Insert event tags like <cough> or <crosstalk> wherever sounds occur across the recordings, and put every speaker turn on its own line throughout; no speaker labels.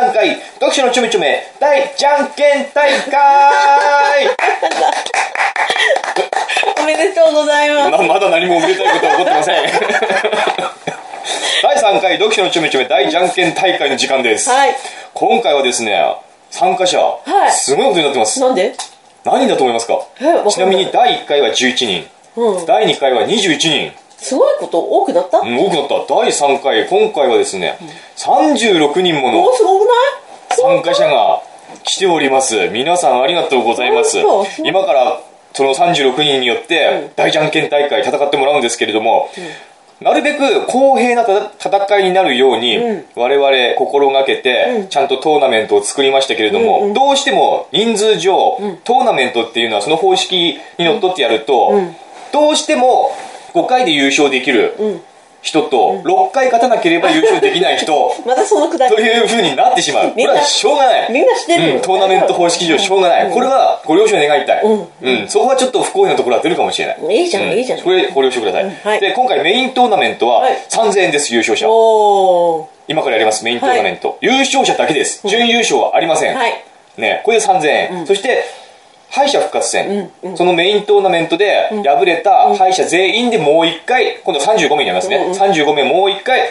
読書のちょめちょめ大じゃんけん大 <laughs> 会
おめでとうございます。
ままだ何もおめでたいことは起こってません <laughs> 第3回読書のちょめちょめ大じゃんけん大会の時間です、
はい。
今回はですね参加者、
い
すごいことになってます
なんで
何人だと思いますか
えわかんない
ちなみに第1回は11人、
うん
第2回は21人
すごいこと多くなった、
うん多くなった第3回今回はですね、36人もの
おおすごくない
参加者が来ております皆さんありがとうございます
本当
今からその36人によって大じゃんけん大会戦ってもらうんですけれども、なるべく公平なた戦いになるように
うん
我々心がけ
う
て
ん
ちゃんとトーナメントを作りましたけれども、
うんうん
どうしても人数上、トーナメントっていうのはその方式にのっとってやると、
うん
どうしても5回で優勝できる
うん。
人と6回勝たなければ優勝できない人
またそのくだ
<laughs>
り
と。いうふうになってしまうこ
みん
れ
な
はしょうがない
みんなして
う
る、
ん、トーナメント方式上しょうがない、これはご了承願いたい、
うん
うんそこはちょっと不公平なところは出るかもしれない、
いいじゃんいいじゃん
これご了承ください、
うんはい
で今回メイントーナメントは
はい
3000円です優勝者
おー。
今からやりますメイントーナメント、優勝者だけです準優勝はありません、
はい。
ね、これで3000円、そして敗者復活戦、
うんうん
そのメイントーナメントで敗れた敗者全員でもう1回今度は35名になりますね、
うんうん
35名もう1回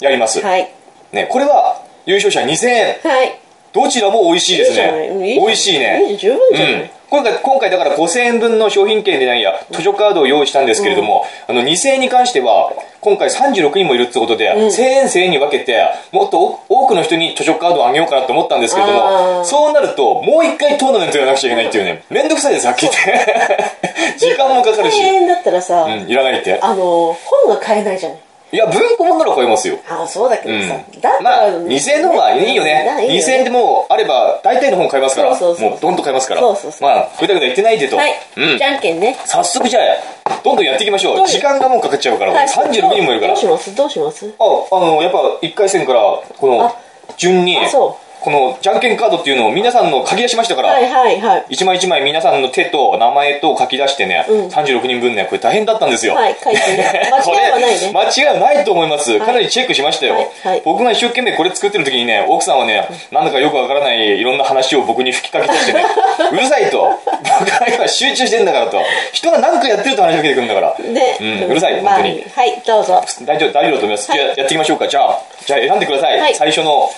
やります、
はい。
ね、これは優勝者2000円
はい。
どちらも美味しいです
じゃない
ね。
うんいいじゃん
美味しいね。
いいじゃん十分じゃない、
うん今回、今回だから5000円分の商品券でないや、図書カードを用意したんですけれども、あの2000円に関しては、今回36人もいるってことで、1000円1000円に分けて、もっと多多くの人に図書カードをあげようかなと思ったんですけれど
あ
も、
ー
そうなると、もう一回トーナメントやらなくちゃいけないっていうね、めんどくさいです、はっきり言って。 <laughs> 時間もかかるし、
1000円だったらさ、
うん、いらないって。
あの、本が買えないじゃない。
いや、文庫本なら買えますよ。
あそうだけどさ、
うん
だった
まあ
ら、
2000円の方がいいよね
ないいよ
2000円でもうあれば大体の本買いますから
そうそうそう
もうどんどん買いますから
そうそうそう
まあこれだけで言ってないでと、
はい、
うん
じ、ゃんけんね
早速じゃあどんどんやっていきましょ
ど
う
うぞ
時間がもうかかっちゃうから、
はい
36人もいるからあ
どうしますどうします
あのやっぱ1回戦からこの
あ
順に
あそ
このじゃんけんカードっていうのを皆さんの書き出しましたから、
はいはいはい
一枚一枚皆さんの手と名前と書き出してね、
うん
36人分ねこれ大変だったんですよ、
はい書いてね
<laughs> これ
間違いはないね
間違いはないと思います、かなりチェックしましたよ、
はいはい
僕が一生懸命これ作ってる時にね奥さんはねなんだかよくわからないいろんな話を僕に吹きかけてきて
<laughs>
ねうるさいと僕は今集中してんだからと人が何かやってると話しかけてくるんだから
で、
うん、うるさい
まあ
本当に、
はいどうぞ
大丈夫大丈夫だと思います、じゃあやっていきましょうかじゃあじゃあ選んでください、
はい
最初の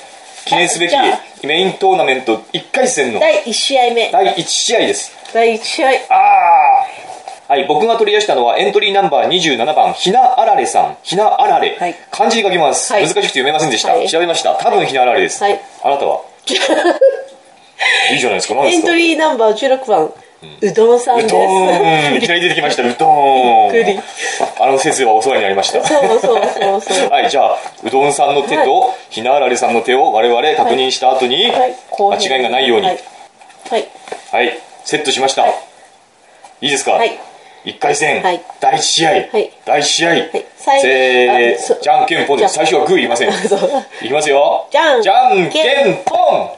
記念すべき
じゃ
メイントーナメント1回戦の
第1試合目
第1試合です
第1試合
ああはい僕が取り出したのはエントリーナンバー27番ひなあられさんひなあられ、
はい
漢字で書きます、
はい
難しくて読めませんでした、
はい
調べました多分ひなあられです、
はい
あなたはいいじゃないですか何で
エ
す
ン
か
トリーナンバー16番、うどんさんで
う
す
どーんいきなり出てきましたうどーん
びっくり
あの先生はお世話になりました
そうそうそうそう
はいじゃあうどんさんの手と、ひなあられさんの手を我々確認した後に、
はい後編
間違いがないように
は
はいい、
はい
セットしました、
はい
い、いですか、
はい
一回戦、
はい
第一試合、
い
第一試合、
最後
せ
あそ
ーじゃんけんぽんです
じゃ
最初はグー言いませんい
<laughs> そう
きますよ
じゃん
んけんぽん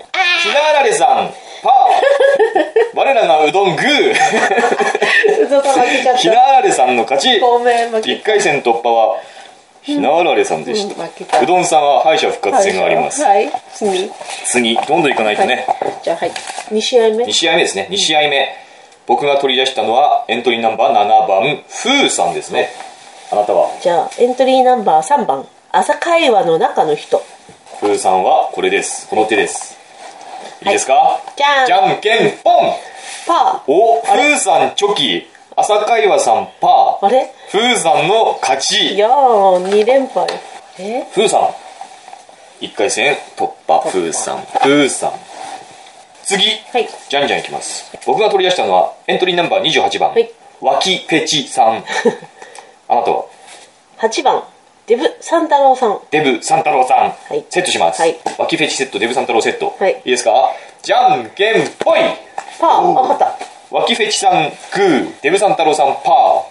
ひなあられさんパ
<laughs>
ー我らがうどんグー
うどんさん負けちゃっ
ひ
た
なあられさんの勝ち
ごめん負け
一回戦突破はひなあられさんでした、
うん負けた
うどんさんは敗者復活戦があります、
はい次
次どんどんいかないとね、
じゃあはい2試合目
2試合目ですね2試合目、僕が取り出したのはエントリーナンバー7番ふーさんですねあなたは
じゃあエントリーナンバー3番朝会話の中の人
ふーさんはこれですこの手ですいいですか、
じゃん
じゃんけんぽん
パ
おふーさんチョキ朝会話さんパ
ーあ
ー
れ
ふーさんの勝
い
ち
やー2連敗え
ふーさん1回戦突破ふーさんふーさん次、
はい
じゃんじゃんいきます僕が取り出したのはエントリーナンバー28番、
はい
わきぺちさ
<laughs>
んあなたは
8番デブ三太郎さん
デブ三太郎さん、
はい
セットします、
はい
わきフェチセットデブ三太郎セット、
はい
いですかじゃんけんぽい
パーあ勝った
わきフェチさんグーデブ三太郎さんパー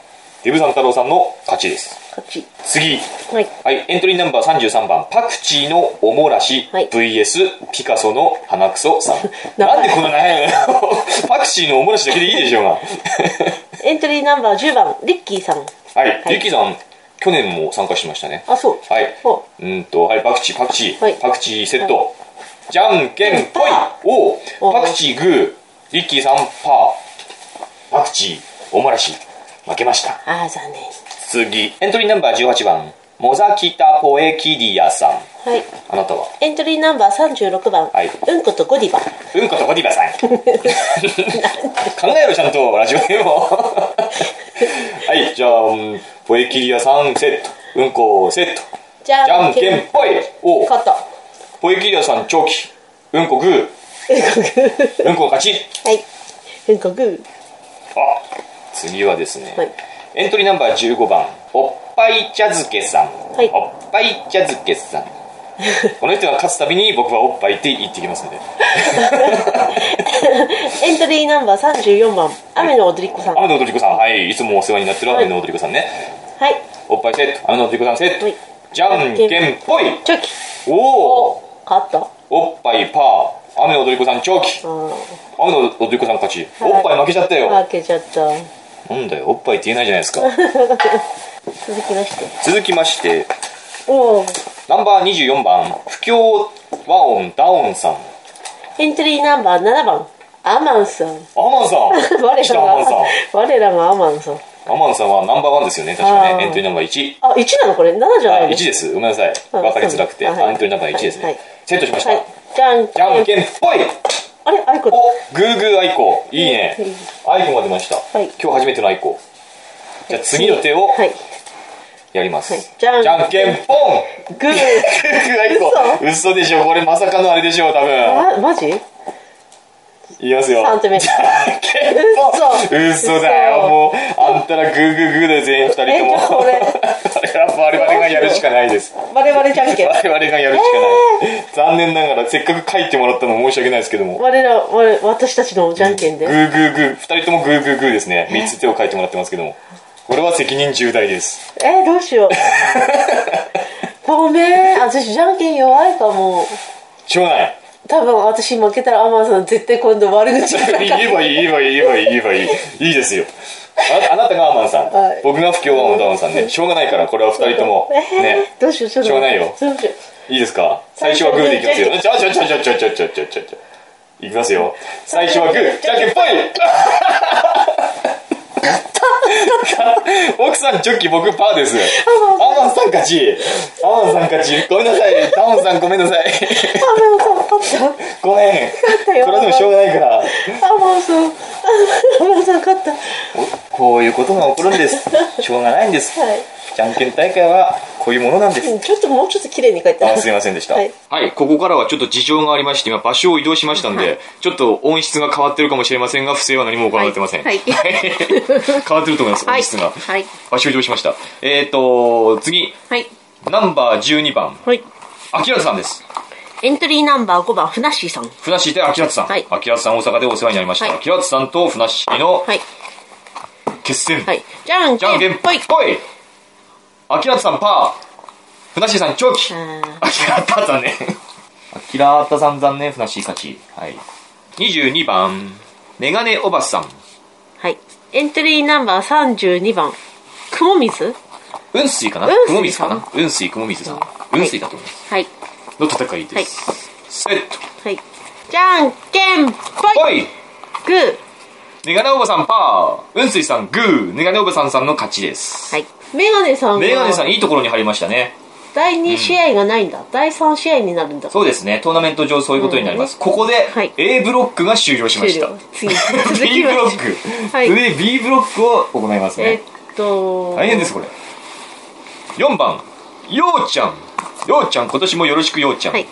デブ三太郎さんの勝ちです
勝ち
次
はい
はいエントリーナンバー33番パクチーのおもらし、
はい
VS ピカソの鼻くそさん
長
<laughs>
い
なんでこの悩 <laughs> むパクチーのおもらしだけでいいでしょうが
エントリーナンバー10番リッキーさん
はい、
はい
ゆきさん去年も参加してましたね
あそう
はい
お
うんとはいパクチーパクチー、
はい
パクチーセット、じゃんけんぽいおおパクチーグーリッキーさんパーパクチーおもらし負けました
ああ残念
次エントリーナンバー18番モザキタポエキリアさん
はい
あなたは
エントリーナンバー36番、
はい
うんことゴディバ
うんことゴディバさん考えろちゃんとラジオでもはいじゃあ、うんポエキリアさんセットうんこセット
じゃ
じゃんけんぽいお
ことは
ポエキリアさん長期うんこグーうんこ勝ち
いうんこ <laughs> グー
あ次はですね、
はい
エントリーナンバー15番おっぱい茶漬けさん、
はい
おっぱい茶漬けさんこの人が勝つたびに僕はおっぱいって言ってきますので
エントリーナンバー34番雨の踊り子さんは
雨の踊り子さんはいいつもお世話になってる雨の踊り子さんね、
い
おっぱいセット雨の踊り子さんセット、
はい
じゃんけんぽい
チョキ
お
お
お
勝った
おっぱいパー雨の踊り子さん長期
あ
雨の踊り子さん勝ち、
はい
おっぱい負けちゃったよ、
負けちゃった
なんだよおっぱいって言えないじゃないですか
続きまして
続きまして
おお
ナンバー24番不協和音ダオンさん
エントリーナンバー7番アマン
<laughs>
さん
アマンさん
<laughs> 我
来
ら
たアマンさ
が我らがアマンさん
んアマンさんはナンバーワンですよね確か
あー
ねエントリーナンバー1
あ1なのこれ7じゃ
あ
ないの
1ですごめんなさい
あ
分かりづらくてエ
そうなんだあはい
ントリーナンバー1です
はい
ね
はい
セットしました
はいじゃん
じゃん
けん
けんぽい
あれあいこ
おグーグーアイコいいね
うん
アイコが出ました
い
今日初めてのアイコじゃあ次の手を
はい
やります
はい
じ
じゃん
ゃんけんぽん <laughs>
グー
グーグーアイコ嘘でしょこれまさかのあれでしょ多分
あマジ
いきますよ
三手目
じゃんけんぽん
嘘
嘘だよもうあんたらグーグーグーで全員2人とも
えじゃあこれ
それは我々がやるしかないです
我々じゃんけん
我々がやるしかない、残念ながらせっかく書いてもらったの申し訳ないですけども
我ら我私たちのじゃんけん
グ
で
ーグーグー2人ともグーグーグーですね3つ手を書いてもらってますけどもこれは責任重大です
えーどうしよう
<laughs>
ごめん私じゃんけん弱いかも
しょうがない
多分私負けたらアマンさん絶対今度悪口言うから
言えばいい言えばいい言えばいい言えばいいいいですよああなたがアマンさん、
はい
僕が不協和音ダウンさんねしょうがないからこれは2人とも
えー
ね
どうしようちょっと
しょうがないよ
どうしよう
いいですか最初はグーでいきますよ。ちょちょちょちょちょちょちょちょちょちょ。いきますよ。最初はグー、じゃんけんぽい奥さんチョキ僕パーですアマンさん勝ちアマンさん勝ちごめんなさいダオンさんごめんなさい
アマンさん勝っ
ごめんそ
たよ
れはでもしょうがないから
たアマンさんアマンさん勝ったは
おこういうことが起こるんですしょうがないんですじゃんけん大会はこういうものなんです
いちょっともうちょっと綺麗に書いて
あすいませんでした。は
はいい、
ここからはちょっと事情がありまして、今場所を移動しましたんで、ちょっと音質が変わってるかもしれませんが、不正は何も行われてません。
はい
<laughs>
は
変わってると思います、音質が。
はい
場所を移動しました。えっ、ー、と、次、
はい
ナンバー12番、
はい
アキラさんです。
エントリーナンバー5番ふなっしーさん
ふなっしー対アキラさん。
はい
アキラさん大阪でお世話になりました。
はい
アキラさんとふなっしーの
はい
決戦。
はいじゃん
じゃんけ
け
ん
ん
ぽ
ぽ
い
い
ぽいアキラさんパーふなっしーさん長期
あ
アキラータ残念。アキラータさん残念、ふなっしー勝ち。はい。22番、メガネおばさん。
はいエントリーナンバー32番雲水
うんすいかな
うんすい
雲水かなうんすい雲水さん。うんすいだと思います。
はい
の戦いです。セット。
はいじゃんけんぽ
ぽ
い
い
グー
メガネおばさんパーうんすいさんグーメガネおばさんさんの勝ちです。
はいメガネさんは
メガネさんいいところに入りましたね。
第2試合がないんだ、第3試合になるんだ
そうですね。トーナメント上そういうことになります。ここで
はい
A ブロックが終了しま
終
した。
了次続
B
き
ブ
ま
ロ
し
ッ
て
ク。
はい
上 B ブロックを行いますね。
えっと
大変ですこれ4番ようちゃんようちゃん今年もよろしくようちゃん、
はい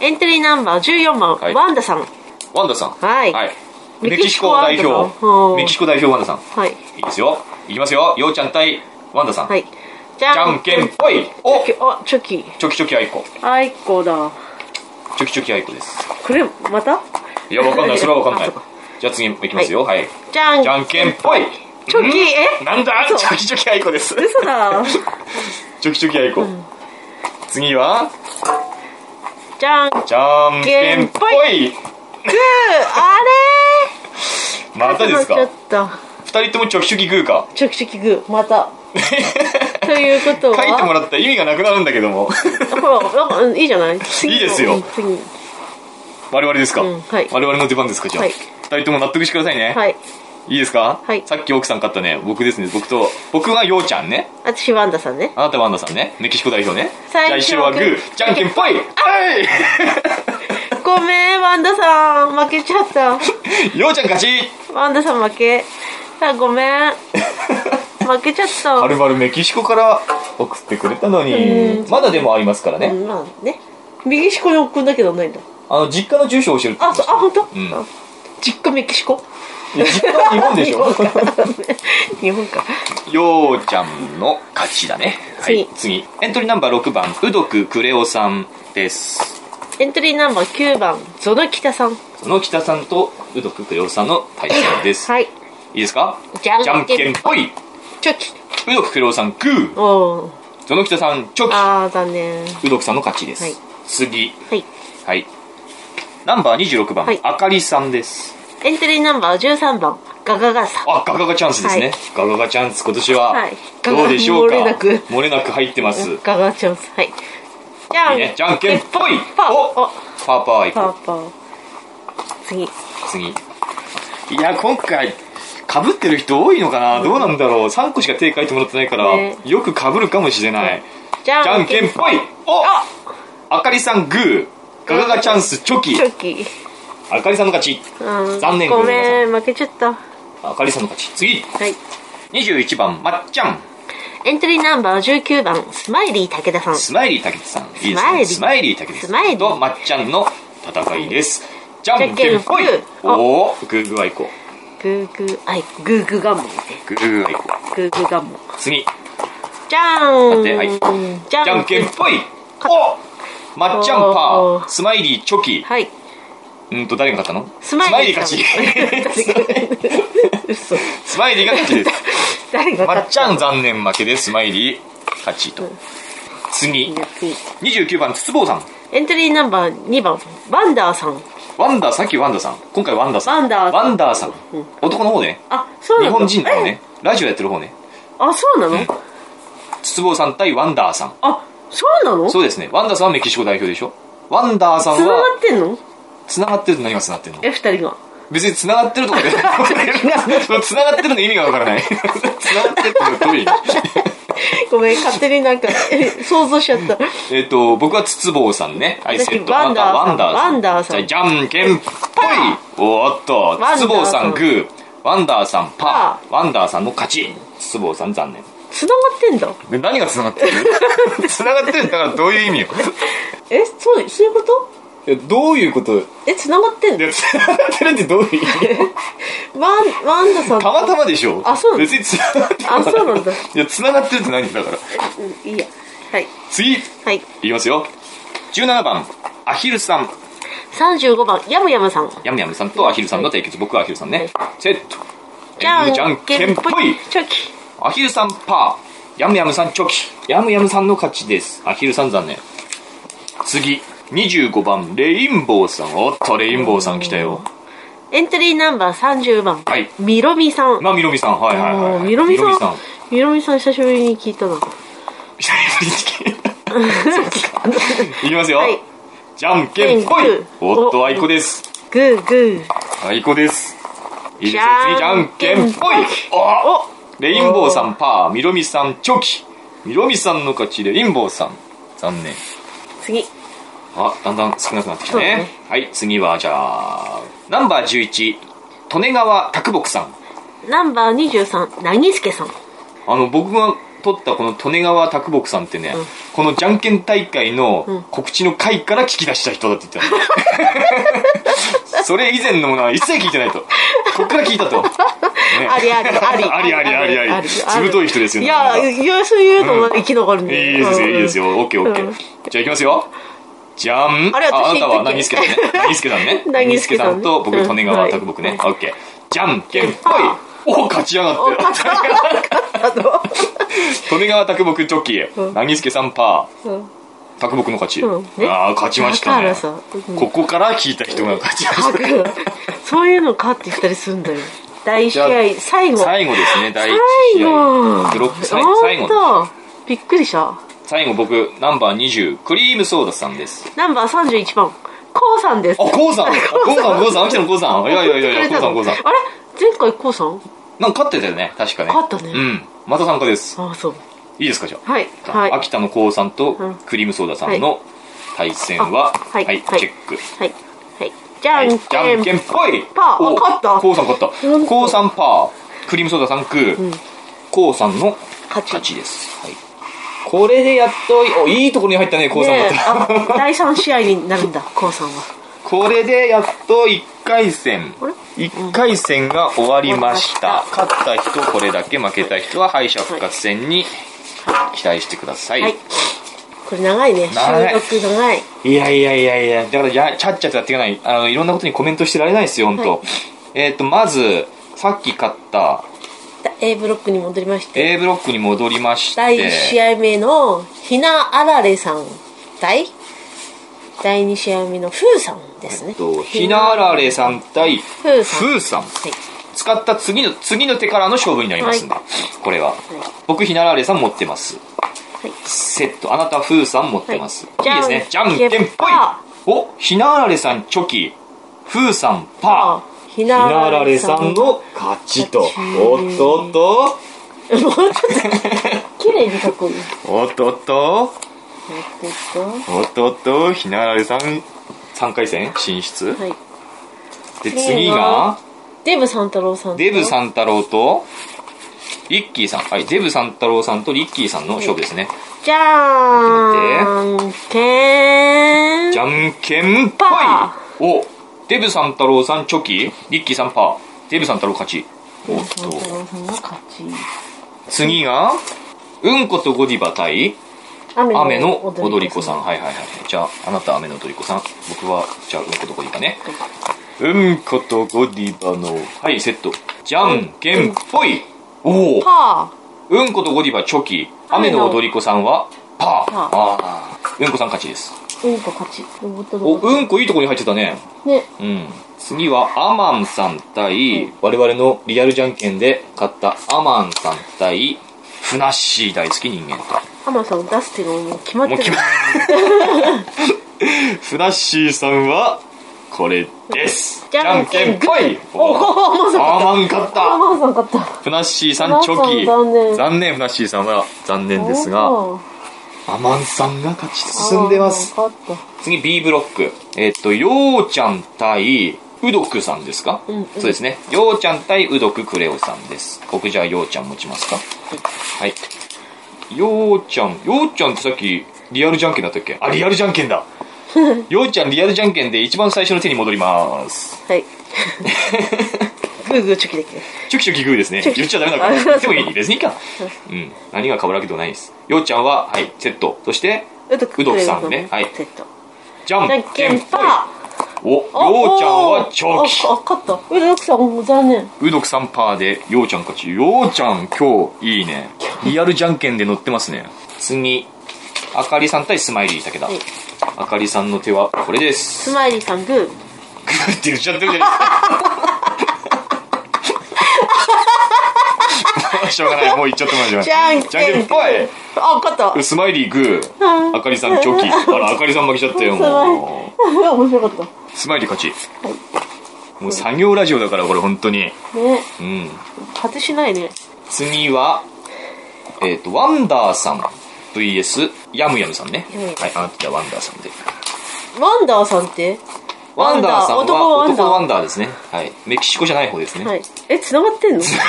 エントリーナンバー14番、
はい
ワンダさん
ワンダさん
はい
メキシコ代
メキシコワン
表
ダさんうん
メキシコ代表ワンダさん
はい
いいですよいきますよようちゃん対ワンダさん、
はいじ
じゃんけんぽいお
チョキあチ
チ
ョキ
ョキチョキあいこ
あいこだ
チョキチョキあいこです
これまた
いやわかんないそれはわかんな
あ
い
そうか
じゃあ次いきますよはい、
じゃん
じゃんけんぽい
チョキ
うん
え
なんだ
嘘
チョキチョキあいこです
嘘
<laughs>
だ
チョキチョキあいこ、次は
じゃんグー
じゃんけんぽい
あれ
またですか
ちょっと
二人ともチョキチョキグーか
チョキチョキグーまたということは
<laughs> 書いてもらったら意味がなくなるんだけども <laughs>
ほらなんかうんいいじゃない次
いいですよ
うん次
我々ですか、
うんはい
我々の出番ですかじゃあ、
はい
二人とも納得してくださいね、、
はいい。
いですか、
はい
さっき奥さん買ったね僕ですね僕と僕はようちゃんね
私、ワンダさんね。
あなたワンダさんねメキシコ代表ねじ
最
ゃあ
初
一緒はグーじゃんけんぽいはい
ごめん、ワンダさん。負けちゃった。
<laughs> ようちゃん勝ち
ワンダさん負け。あ、ご
<laughs>
めん。負けちゃった。
はるばるメキシコから送ってくれたのに
うん
まだでもありますからね
うんまあね。右しこに送んだけどないんだ。
あの実家の住所を教えるって言
あ、
って
そ
ま
う、
し
あ、本当？
ん
あ実家メキシコ
たいや実家は日本でしょ
日本か。日本か
ようちゃんの勝ちだねはい次エントリーナンバー6番うどくくれおさんです
エントリーナンバー9番、ゾノキタさん。
その北さんとうどくくれおさんの対戦です、
はい。
い、いですか
じゃんけん
ぽい
チョキ。
うどくくれおさんグー
おー。
その北さんチョキ
あー、残念。
うどくさんの勝ちです、
はい
次
はい。
はいナンバー26番、
はい
あかりさんです
エントリーナンバー13番、ガガガさん。
あガガガチャンスですね、ガガガチャンス今年は
はい
どうでしょうか、
ガガ漏れなく
漏れなく入ってますい
ガガチャンス。はい。じゃ
いねじゃんけんぽい
パー。
お
お
パーパーいこう
パーパー。次。
次いや今回かぶってる人多いのかな、どうなんだろう3個しか手書いてもらってないから、
ね
よくかぶるかもしれない
じゃ
じゃんけんぽいお
あ
あかりさんグーガガガチャンスチョキ
チョキ。
あかりさんの勝ち
うん
残念
ごめん、負けちゃった。は
あかりさんの勝ち次
い。
21番まっちゃん
エントリーナンバー19番、スマイリー武田さん。
スマイリーたけてさんいいですねス
ス
マ
マ
イリーたけて
スマイ
さ
リ
ん
ー
とまっちゃんの戦いですじゃん
じゃん
け
け
ん
ん
ぽ
ぽ
い
い
おおグーグーアイコ
グーグー、あい、グーグーガンモンね。
グーグーアイコ
グーグーガンモン。
次
じゃーん。
ではい
じゃん
じゃんけんぽいおまっちゃん
お
パー
ー
スマイリーチョキ
はい。
うんと誰が勝ったの
スマイリー
ス
さん
マイリー勝ち <laughs>
<laughs> 嘘。
スマイリーが勝
<laughs>
ちです
誰が
ま
勝
っ
っ
ちゃん残念負けですスマイリー勝ちと次
た次
29番筒坊さん
エントリーナンバー2番、ワンダーさん。
ワンダーさっきワンダーさん今回ワンダーさん
ワンダーさん
ワンダーさん
うん
男の方でね
あ、そう
日
なの
本人の方ねラジオやってる方ね
えあ、そうなの、
ん筒坊さん対ワンダーさん
あ、そうなの
そうですねワンダーさんはメキシコ代表でしょワンダーさん
繋が
は
ってんの
つながってると何がつながってるの
え、二人が。
別につながってるとかじゃ <laughs>
<laughs>
ないつながってるの意味がわからない <laughs> つながってるってのはどういう意味
ごめん、勝手になん <laughs> か、え想像しちゃった。
えっと僕は筒坊さんねアイスケット
私ワンダーさん
あなたはワンダーさんじ
ワンダーさん
ゃあじゃんけんぽいおーっと
ワンダーさ
筒
ん
坊さんグーワンダーさんパー
パ
ワンダーさんの勝ち筒坊さん残念
繋がってんだ。
で何がつなが <laughs> ってるつながってるだからどういう意味よ
え、そう、そういうこと
いやどういうこと
え、繋がってん
い
の
や、つながってるってどういう意味
ワン、ワンダさん。
たまたまでしょ
あそうなの
別につながって
あ、そうなんだ。
いや、つながってるって何だから。
うんいいや。はい。
次、い
はい。
きますよ。17番、アヒルさん。
35番、やむやむさん。
ヤムヤムさんとアヒルさんの対決。僕はアヒルさんね。セット。
じゃん
じゃんけ
け
ん
ん
ぽ
ぽ
い
い。チョキ。
アヒルさんパー。ヤムヤムさんチョキ。ヤムヤムさんの勝ちです。アヒルさん残念。次、25番、レインボーさん。おっと、レインボーさん来たよ。
エントリーナンバー30番、
はい
みろみさん。
まあ、みろみさん。はいはいはい、
もう
はい。
みろみさん
みろみ <laughs> さん。
みろみさん久しぶりに聞いたな。
久しぶりに聞いたいきますよ、
はい
じゃんけんぽい
じゃんけんぽい
おっとあいこです
グーグー。
あいこですいいですよ次じ
じ
ゃ
ゃ
ん
ん
け
け
ん
ん
ぽ
ぽ
い
い
お
お
レインボーさんパーみろみさんチョキみろみさんの勝ちレインボーさん残念
次。
あだんだん少なくなってきた
そう
ね
だね
はい次はじゃあナンバー11利根川拓木さん
ナンバー23、なぎすけさん。
あの僕が取ったこの利根川拓木さんってね、このじゃんけん大会の告知の回から聞き出した人だって言ってた、 <laughs> のそれ以前のものは一切聞いてないとこっから聞いたと、ね
ありありあり
<laughs> ありありありありずぶとい人ですよ
い
ね
や、いや、そういうのも生き残るん
い
で。
いですよいいです
よ。
よオッケーオッケー、
うん
じゃあいきますよじゃん
あれ
あ
私
なたは
言っ
何
て
助さんね何助さんね
<laughs> 何
助
助
さ
さんね
んと僕利根川拓木ね、
うん
オッケーじゃんけんぽいお勝ち上がってる
あの、
利根川拓木チョキ、
うん
何助さんパー
うん
拓木の勝ち、
うんね
ああ勝ちましたね
だからさうん
ここから聞いた人が勝ちました
そういうの勝ってきたりするんだよ。第一試
じ
合、最後。
最後ですね第一
最
試合
後
ブロック最後最後で
本
す
当びっくりした
最後僕ナンバー20クリームソーダさんです
ナンバー31番こうさんです。
あ、こうさん。こうさん、こうさん。秋田のこうさん。いやいやいやいや、こうさん、こうさん。
あれ前回こうさん
なんか勝ってたよね、確かね。
勝ったね
うん。また参加です。
あ、そう。
いいですか、じゃあ。
はい。はい。
秋田のこうさんと
うん
クリームソーダさんの対戦は、
あはい
はい、チ
はい
ェック。
はい。はい。じゃ
はい
ん
じゃん
け
け
ん
ん。ぽい
パー
お
あ勝った
こうさん勝っ
本
た。
当
こうさんパー。クリームソーダさんクー。こうさんの
勝ち
勝ちです。はい。これでやっと、お、いいところに入ったね、こうさんだっ
ねえ
た。
あ第3試合になるんだ、こうさんは。
これでやっと1回戦
あれ
1回戦が終わりました勝った人これだけ負けた人は敗者復活戦に期待してください、
はい。これ長いね。収
長い
録長い。
い、やいやいやいやだからじゃちゃっちゃとやっていかないあのいろんなことにコメントしてられないですよ本当、
はい
えっ、とまずさっき勝った
A ブロックに戻りまして。
A ブロックに戻りまして
第1試合目のひなあられさん対第2試合目のふうさんですね
えっとひなあられさん対
ふうさん
ふうさん
はい
使った次の次の手からの勝負になりますんで、
は
これは、僕ひなあられさん持ってます
はい
セットあなたふーさん持ってます、
はい
い、いですねじ
じ
ゃ
ゃ
ん
ん
け
け
ん
ん
ぽい
パ
おひなあられさんチョキふーさんパー
ひ
ひ
な
な
あ
あら
ら
れ
れ
さ
さ
ん
んの
の勝ちと
勝ち
おっとっと
もうちょっと綺麗に書くや
おっとっと
っていくとは
おっとっとひなあられさん3回戦進出
い
で次
次
が
がデブ三太郎さんと
デブ三太郎とリッキーさんはいデブ三太郎さんとリッキーさんの勝負ですね、
じゃんけん
じゃんけんぽい
パ
おデブさん太郎さんチョキリッキーさんパーデブさん太郎勝ちお
デ
っ
ブ三太
と
郎さんの勝ち
次がうんことゴディバ対雨の踊り子さんはいはいはいじゃああなた雨の踊り子さん僕はじゃあうんことゴディバねうんことゴディバのはいセットじゃんけんぽいおお
パ
うんことゴディバチョキ雨の踊り子さんはパー
パー
あーうんこさん勝ちです
ーうんこ勝ちロボット
お
の
うんこいいとこに入ってたね
ね
うん、次はアマンさん対、我々のリアルじゃんけんで勝ったアマンさん対ふなっしー大好き人間と
アマさんを出す手がもう決まって
もう
る
決ま <laughs> ふなっしーさんはこれです
じゃんけん
じぽい
おおアマさん
アマン勝っ
ア <laughs>
た
マさん勝った
ふなっしーさんチョキ
アマンさん残念
残念ふなっしーさんは残念ですが
おー
アマンさんが勝ち進んでます
あー分かっ
次 B ブロックえっ、とようちゃん対うどくさんですか、
うん
そうですねようちゃん対うどくクレオさんです僕じゃあようちゃん持ちますかはいようちゃんようちゃんってさっきリアルじゃんけんだったっけあリアルじゃんけん
<laughs>
だようちゃんリアルじゃんけんで一番最初の手に戻ります <laughs>
たはいグーグーチョキだっけ
チョキチョキグーですね
チョキ
言っちゃダメだから言ってもいい別にいい
<laughs>
かうん何が変わるわけでもないですようちゃんははいセットそして
うどく
うどくさんねはい
セット
じゃん
じゃん
け
け
ん
ん
ぽ
パ
い
ー
おようちゃんはチョキ
ああ勝ったうどくさんも残念
うどくさんパーで、ようちゃん勝ち。ようちゃん、今日、いいね。 <laughs> リアルじゃんけんで乗ってますね。次、あかりさん対スマイリー武田
はい。
あかりさんの手は、これで
ス
す。
マイリーさんグー
グーって言っちゃってるじゃないですか。もう <laughs> しょうがない、もう言っちゃってもらう
じゃん
じゃんけ
け
ん
ん
ぽ
あ勝った
い。スマイリー、グ
う
ー。
ん
あかりさん、チョキ。あら、あかりさん負けちゃ
<laughs>
ったよ、も
面白かっ
う。スマイリー勝ち。もう作業ラジオだから、これ、本当に。
たね
うん。
果てしないね
次は、えっ、と、ワンダーさん VS ヤムヤムさんね。
ヤムヤム
はい、あなたはワンダーさんで。
ワンダーさんって
ワンダーさんは男
男ワンダー
ワンダーですね。はい。メキシコじゃない方ですね。
はいえ繋がってん
<laughs>
の
繋が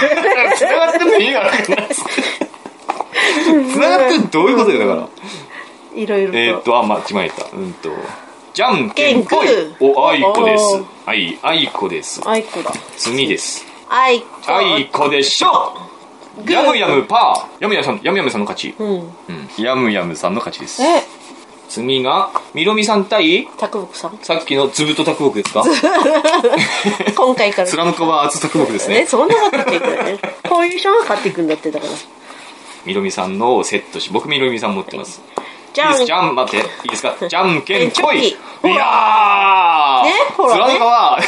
ってんの意味がわかんない。繋がってんのどういうことよ、だから。
いろいろと
えっ、と、あ、間違えた。うんと。じゃんけんぽい
けんぽい
お、あいこです
おー。
はい、あいこです。
あいこだ
次です。
あいこ
あいこでしょ
グー
ヤムヤムパーヤムヤムさん、ヤムヤムさんの勝ち。
うん
うん。ヤムヤムさんの勝ちです。
え
次が、みろみさん対、
たくぼくさん
さっきのズブと卓木
<laughs>
ですか
今回
<laughs>
から
貫くは厚卓木です
え
ね。
そんなことっていくよねこういう人が勝っていくんだってだから
みろみさんのをセットし、僕みろみさん持ってます。
じ
いい
ゃ
で
ん
すじ <laughs> ゃん、待って、いいです
<laughs>
かじゃんけんぽいい
えほら
やー
ねほらね
貫くは、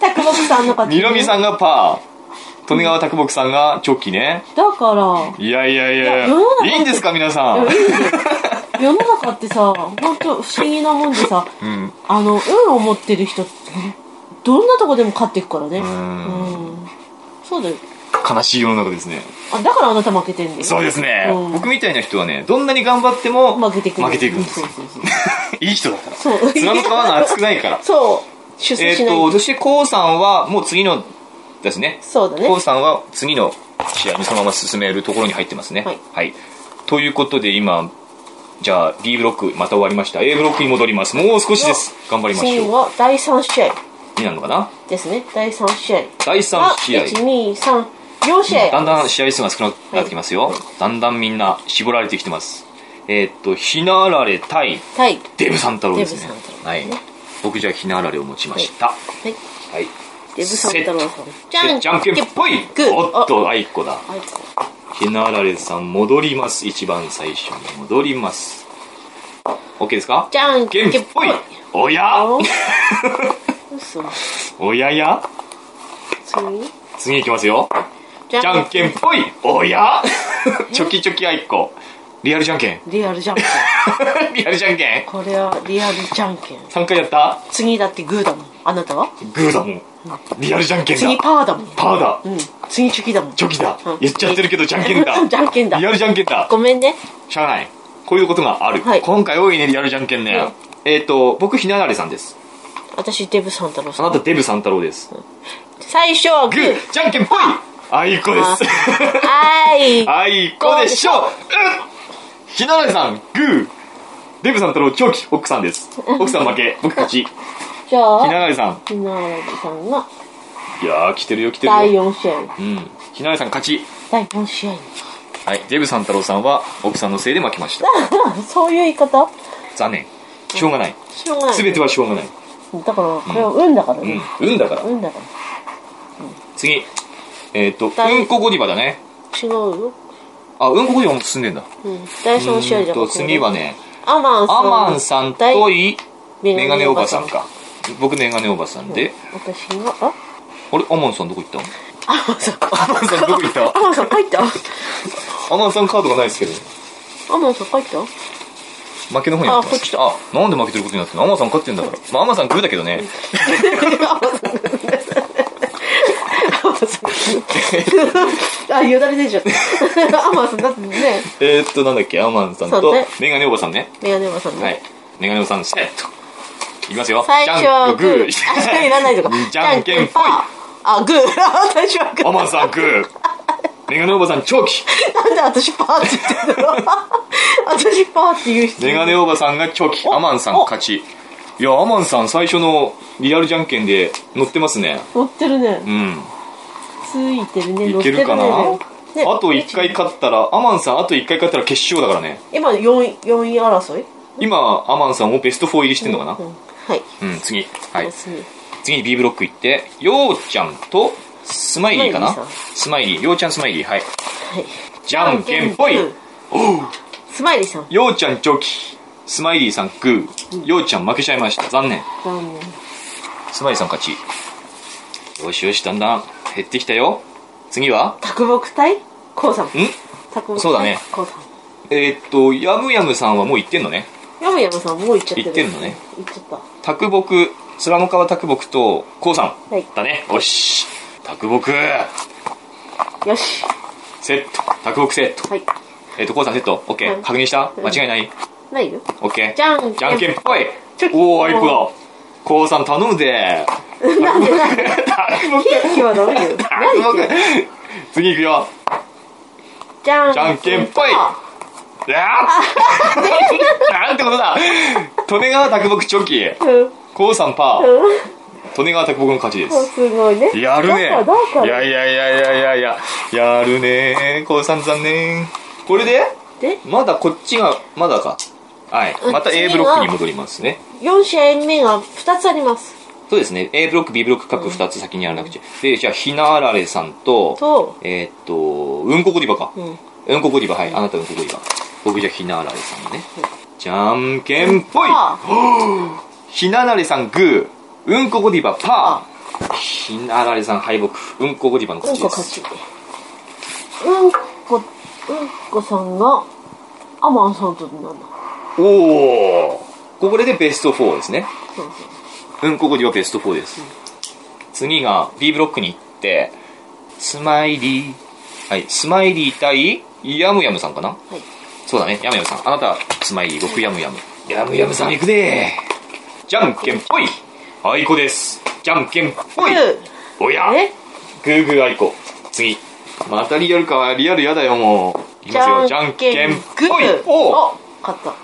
たくぼくさんの勝
<laughs>
ち
みろみさ
ん
んがパー、利根川卓木さんがチョキね。
だから
いやいやいや
いや世の中
いいんですか、皆さん。
世の中ってさ本当不思議なもんでさ、
ん
あの運を持ってる人ってどんなとこでも勝っていくからね
ん
うんそうだよ
悲しい世の中ですね。
あだからあなた負けてんだよ
そうですね、
うん
僕みたいな人はね、どんなに頑張っても
負けてくる
負けていくんです
そう
よ。
そうそう
いい人だから。
そう
砂の皮が厚くないから。
<laughs> そう出世
えっ
しない、
と、そして、コウさんは、もう次の、ですね。
そうだね
コウさんは、次の試合にそのまま進めるところに入ってますね。
はい
ということで、今、じゃあ、B ブロック、また終わりました。A ブロックに戻ります。もう少しです。頑張りまし
次
ょう。
は第3試合
になるのかな
ですね第3試合
第3試合。
1234試合
だんだん試合数が少なくなってきますよ。
はい
だんだんみんな絞られてきてます。えっと、ひなあられ対
対
デブサンタロウです
デ
ね
ブサン。タロウ
はい。僕じゃあひなあられを持ちました。は
はい
い。
デブサンタロウさんじゃん
じゃんけんぽい
グー
おっと、あいこだ。
はい
ひなあられさん戻ります。一番最初に戻ります。OK ですか
じゃんけ
け
ん
ん
ぽ
ぽ
い
いおや
お嘘
おやや
次
次いきますよ。
じ
じゃんけんぽいおや <laughs> チョキチョキあいこ。リアルじゃんけん。
リアルじゃんけん
<laughs> リアルじゃんけん
これはリアルじゃんけん
?3 回やった
次だってグーだもんあなたは
グーだもん。リアルじゃんけんだ
次。パーだもん
パーだ。
うん次チョキだもん
チョキだ
うん。
言っちゃってるけど、じゃんけ
<laughs>
んだ。
じゃんけんだ
リアルじゃんけんだ。
ごめんね
しゃあない。こういうことがある。
はい
今回多いね、リアルじゃんけんね。
はい
えっ、と、僕、ひなだれさんです。
私デブサンタロウ
あ
さ
なんた、デブ三太郎です。
最初はグ
グ
ー
ー、じゃんけんぽいあいこです。
はー
<laughs>
い
あいこでしょうひなだれさん、グー。デブ三太郎、長期、奥さんです。奥さん負け、僕勝ち。ひ
じゃ
な
あ
だれさん。
ひなわらさんが
いやー、来てるよ、来て
第
るよ。
4試合
うん。ひなだれさん、勝ち。
第4試合に
はい、デブ三太郎さんは奥さんのせいで負けました。
あそういう言い方
残念。しょうがない。
しょうがない
すべてはしょうがない。
だからこれは運だから
うん
ね、、
運だから。
運だから
次。えっ、と、
大
うんこゴディバだね。
違うよ、
あ、うんこゴディバも進んでんだ。
うん、第3試合じ
う
ゃ
んと、次はね、
アマンさん
アマンさんと
対
い、メガネおばさんか。僕、メガネおばさんで。
私があ
あれアマンさんどこ行っ
アマンさん
<laughs> たアマンさんどこ行った
アマンさん帰った
アマンさんカードがないですけど。
アマンさん帰った
負けの方になってま
あこっち
す。あ、なんで負けてることになってんのアマンさん勝ってんだから。まあ、アマンさんグーだけどね。
あ、よだれ出ちゃった。アマンさん、だってね、
えーっと、なんだっけ、アマンさん
そう
と
ね、
メガネおばさんね。
メガネおばさんね。
はい。メガネおばさん、セット。いきますよ。
最初はグー。
じ
あ、
ゃん
それいらない
<laughs>
とか。
じゃんけんぽい
あ、グー。最初はグ
ア
ー。
マンさんグ
<laughs>
ーメガネおばさん長期
なんで私パーって言ってんの私パーって言う人。
メガネおばさんが長期アマンさん勝ちいやアマンさん最初のリアルじゃんけんで乗ってますね
乗ってるね
う。ん
ついてるね。乗っ
いけ
て
る
るね。
かな
ね
あと1回勝ったらアマンさんあと1回勝ったら決勝だからね
今4位、4位争い
今アマンさんをベスト4入りしてんのかな
うん。はい。
うん、次はい
次
次に B ブロック行ってようちゃんとスマイリーかなスマイリーようちゃんスマイリーはい
はい。
じゃんけんぽい
おうスマイリーさん。
ようちゃん長期スマイリーさんグーようちゃん負けちゃいました残念
残念
スマイルさん勝ち。よしよし、だんだん減ってきたよ。次は
卓木対コウさん。
ん
卓木対
そうだね
コウさん。
えーっと、ヤムヤムさんはもう行ってんのね。
ヤムヤムさんもう行っちゃってる。
行ってんのね。
行っちゃった。
卓木、面の川卓木と、こうさん。
はい
だね。よし。卓木、
よし。
セット。卓木セット。
はい。
えーっと、こうさんセット。オッケ
う
ー。
ん
確認した
うん
間違いない
ないよ。
オッケー。
じゃんけん
じゃんけんぽい
チョキ。
おー、あいこだ。こうさん頼むぜ。
なんでなんで
卓
ケ
木、
ーキはダメ
<laughs>
よ。
卓木。次行くよ。
じゃん
じゃんけんぽい
あ
い
<laughs>
やーなんてことだ利根川卓木チョキ
うん。うん。
コウさんパー利根川卓木の勝ちです
すごいね。
やるねい
だからだから
やいやいやいやいやいややるねーコウさん残念これで
で、
まだこっちがまだかはいまた A ブロックに戻りますね
4試合目が2つあります。
そうですね A ブロック B ブロック各2つ先にやらなくちゃでじゃあひなあられさんと
と
えーっとうんこゴディバか
うん。
うんこゴディバはいあなたうんこゴディバ僕じゃあひなあられさんねじゃんけんぽい
あ
ひななれさんグーうんこゴディバパーひななれさん敗北うんこゴディバの
うん
勝ち
こ
で
勝
す
ち。うんこ、うんこさんが、アマンさんとなんだ。
おおこれでベスト4ですねうんここではベスト4です、次が B ブロックに行ってスマイリーはいスマイリー対ヤムヤムさんかな
はい
そうだねヤムヤムさんあなたスマイリー僕ヤムヤムヤムヤムさん行くねじゃんけんぽいあいこですじゃんけんぽいおや
え
グーグーアイコ次またリアルかリアルやだよもういき
じ
ますよじ
ゃ
ゃ
ん
ん
け
け
ん
ん
グ
ぽい
ー
お
お勝った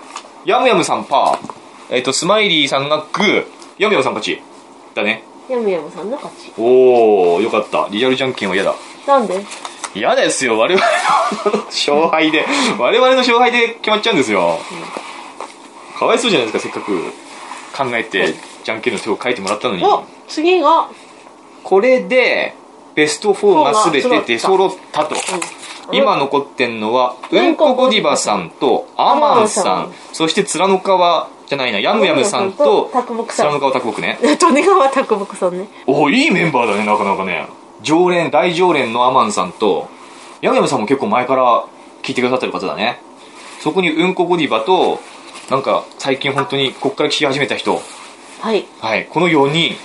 ヤムヤムさんパーえっ、とスマイリーさんがグーヤムヤムさん勝ちだね
ヤムヤムさんの勝ち
おおよかったリアルじゃんけんは嫌だ
なんで
嫌ですよ我々の勝敗で我々の勝敗で決まっちゃうんですよ、かわいそうじゃないですかせっかく考えてじゃんけんの手を書いてもらったのに
お次が
これでベスト4が全て出揃ったと
うん
今残ってんのは
う
うんん
こ
こ
ゴ
ゴ
デ
デ
ィ
ィ
バ
バ
さ
さ
ん
んとアマン
アマ
さ
ン
んそして面の川じゃないなヤムヤムさんと
ヤムヤムさんと拓木さん <laughs>
面の川拓木ね
利根川拓木さんね
おおいいメンバーだねなかなかね常連大常連のアマンさんとヤムヤムさんも結構前から聞いてくださってる方だねそこにうんこゴディバとなんか最近本当にこっから聞き始めた人
はい
はいこの4人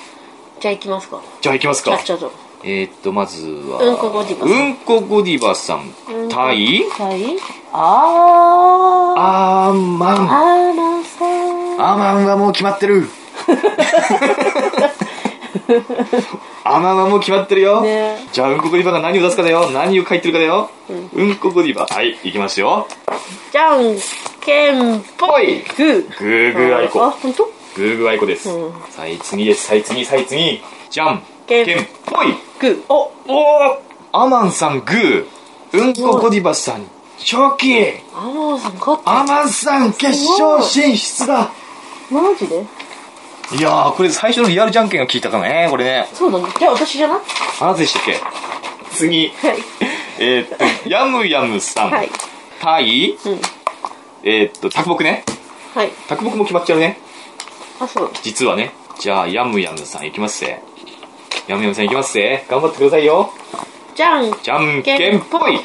じゃあ行きますか
じゃあ行きます
ち
か
ゃっちゃと
えー、っとまずは
うんこゴディバさん
うんこゴディバさん対
タイあー
アーマン
あらさー
アーマンはもう決まってるアーマンはもう決まってるよ、
ね
じゃあうんこゴディバが何を出すかだよ何を書いてるかだよ、うん、こゴディバはい行きますよ
じゃんけんぽ
ぽ
い
い
グー
グーグーアイ
あ
コ
本当？
グーグーアイコです、
うん
さあ次ですさあ次さあ次じゃん
けん
けんぽい
グーお
おおアマンさんグーうんこゴディバさん賞金
アモーさん勝った
アマンさん決勝進出だ
マジで
いやーこれ最初のリアルじゃんけんが効いたかもねこれね
そうなんだじゃあ私じゃない
あなたでしたっけ次 <laughs>
はい
えー、っとヤムヤムさん、
はい
対
うん
えー、っと卓木ね
はい
卓木も決まっちゃうね
あそう
実はねじゃあヤムヤムさんいきますぜヤムヤムさんいきますぜ頑張ってくださいよ
じゃん
じゃんけんぽい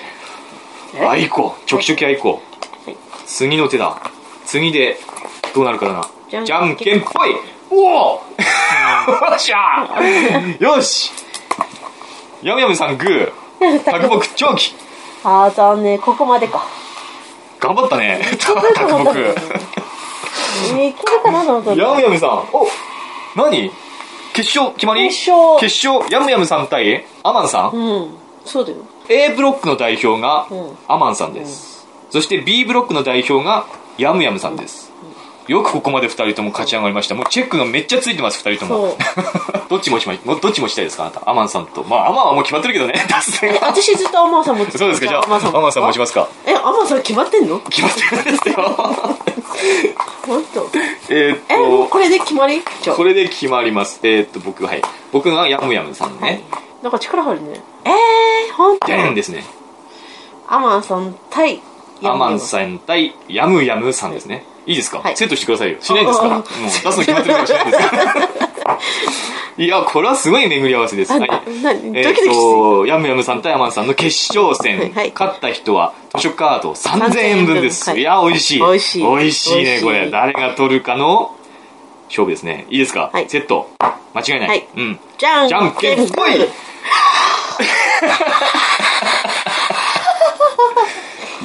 え
あいこちょきちょきあいこ
はい
次の手だ次でどうなるかだな
じ
じ
ゃ
ゃ
ん
ん
け
け
ん
んぽいおお <laughs> よっしゃーよしやむやむさんグー卓木チョキ
ああ残念ここまでか
頑張ったね
頑張っ
卓
えー、これかなと
<laughs>
思った
木やむやむさんお何決勝決まり
決勝
決勝やむやむさん対アマンさん、
うんそうだよ
A ブロックの代表が
うん
アマンさんです、そして B ブロックの代表がヤムヤムさんです、よくここまで2人とも勝ち上がりましたもうチェックがめっちゃついてます2人と
そ
も <laughs> どっちもしまもうどっちもしたいですかあなたアマンさんとまあアマンはもう決まってるけどね <laughs> 達成が
私ずっとアマーさんも
そうですかじゃあ
ア
アマ
マーさん
ンさんもします
<laughs>
か
えアマーさん決まってんの
決まってるんですよ
<laughs> 本当
えーっ
えもう
と
これで決まりじゃあ
これで決まりますえーっと僕はい僕がヤムヤムさんね、
なんか力入るねえー、本当
でんですね
アマンさん対
アマンさん対ヤムヤムさんですね。いいですか、
はい
セットしてくださいよ。しないですから。
ああ
もう出すの決まってるからしないです
<laughs>
から。いや、これはすごい巡り合わせです。
あ
はい
な何
え
ド
っ
キドキする
と、ヤムヤムさん対アマンさんの決勝
はい
戦。
はい
勝った人は図書カード3000円分です。
3000円分はい
い、や、美味しい。
美味しい
美味しい
美味
ね
し、い
これ。誰が取るかの勝負ですね。いいですか、
はい
セット。間違いない。
はい
うん。
じゃん
じゃんけんぽい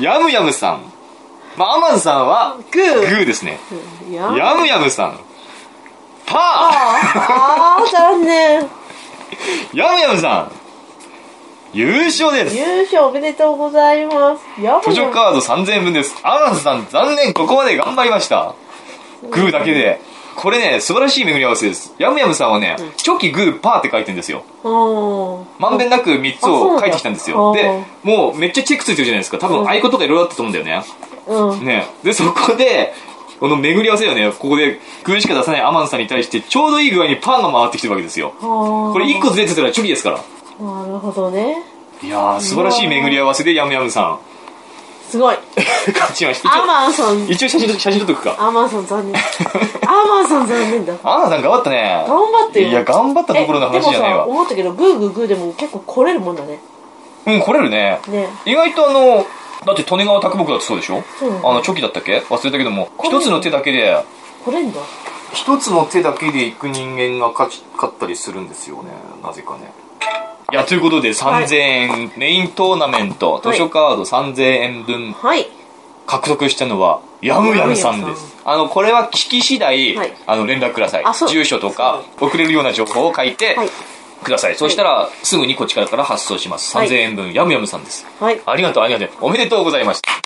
ヤムヤムさん。まあ、アマンさんは、
グー
グーですね。
いや
ヤムヤムさん。パ
ああ残念
ーヤムヤムさん優勝です
優勝おめでとうございますやば
図
い
書カード3000円分です。アランさん残念ここまで頑張りました。グーだけで。これね、素晴らしい巡り合わせです。ヤムヤムさんはね、チョキグーパーって書いてるんですよ。
うん
まんべんなく3つ
あそうなん
を
だ
書いてきたんです
あ
よ。
ー
で、もうめっちゃチェックついてるじゃないですか。多分合言とかいろいろあったと思うんだよね。
うん
ねでそこでこの巡り合わせよねここでグーしか出さないアマンさんに対してちょうどいい具合にパンが回ってきてるわけですよ
こ
これ1個ずれてたらチョキですから
なるほどね
いやー素晴らしい巡り合わせでヤムヤムさん
すごい
勝ちました
アマンさん
一応一応写真撮写真撮っとくか
アマンさん残念アマンさん残念だ
アマンさん頑張ったね
頑張ってよ
いや頑張ったところの話じゃない
えでもさ
わ
思ったけどグーグーグーでも結構来れるもんだね
うん来れるね
ね
意外とあのだって利根川拓木だってそうでしょ、
うん
あのチョキだったっけ忘れたけども
これ
一つの手だけで
これんだ
一つの手だけで行く人間が勝ち勝ったりするんですよねなぜかねいやということで3000円、メイントーナメント
はい
図書カード3000円分
はい
獲得したのはヤムヤムさん
ヤムヤム
で
さ
すあのこれは聞き次第、
はい
あの連絡ください
あそう
住所とか送れるような情報を書いて
はい
ください、そしたらすぐにこっちから発送します
はい
3000円分、ヤムヤムさんです
はい
ありがとうありがとうおめでとうございました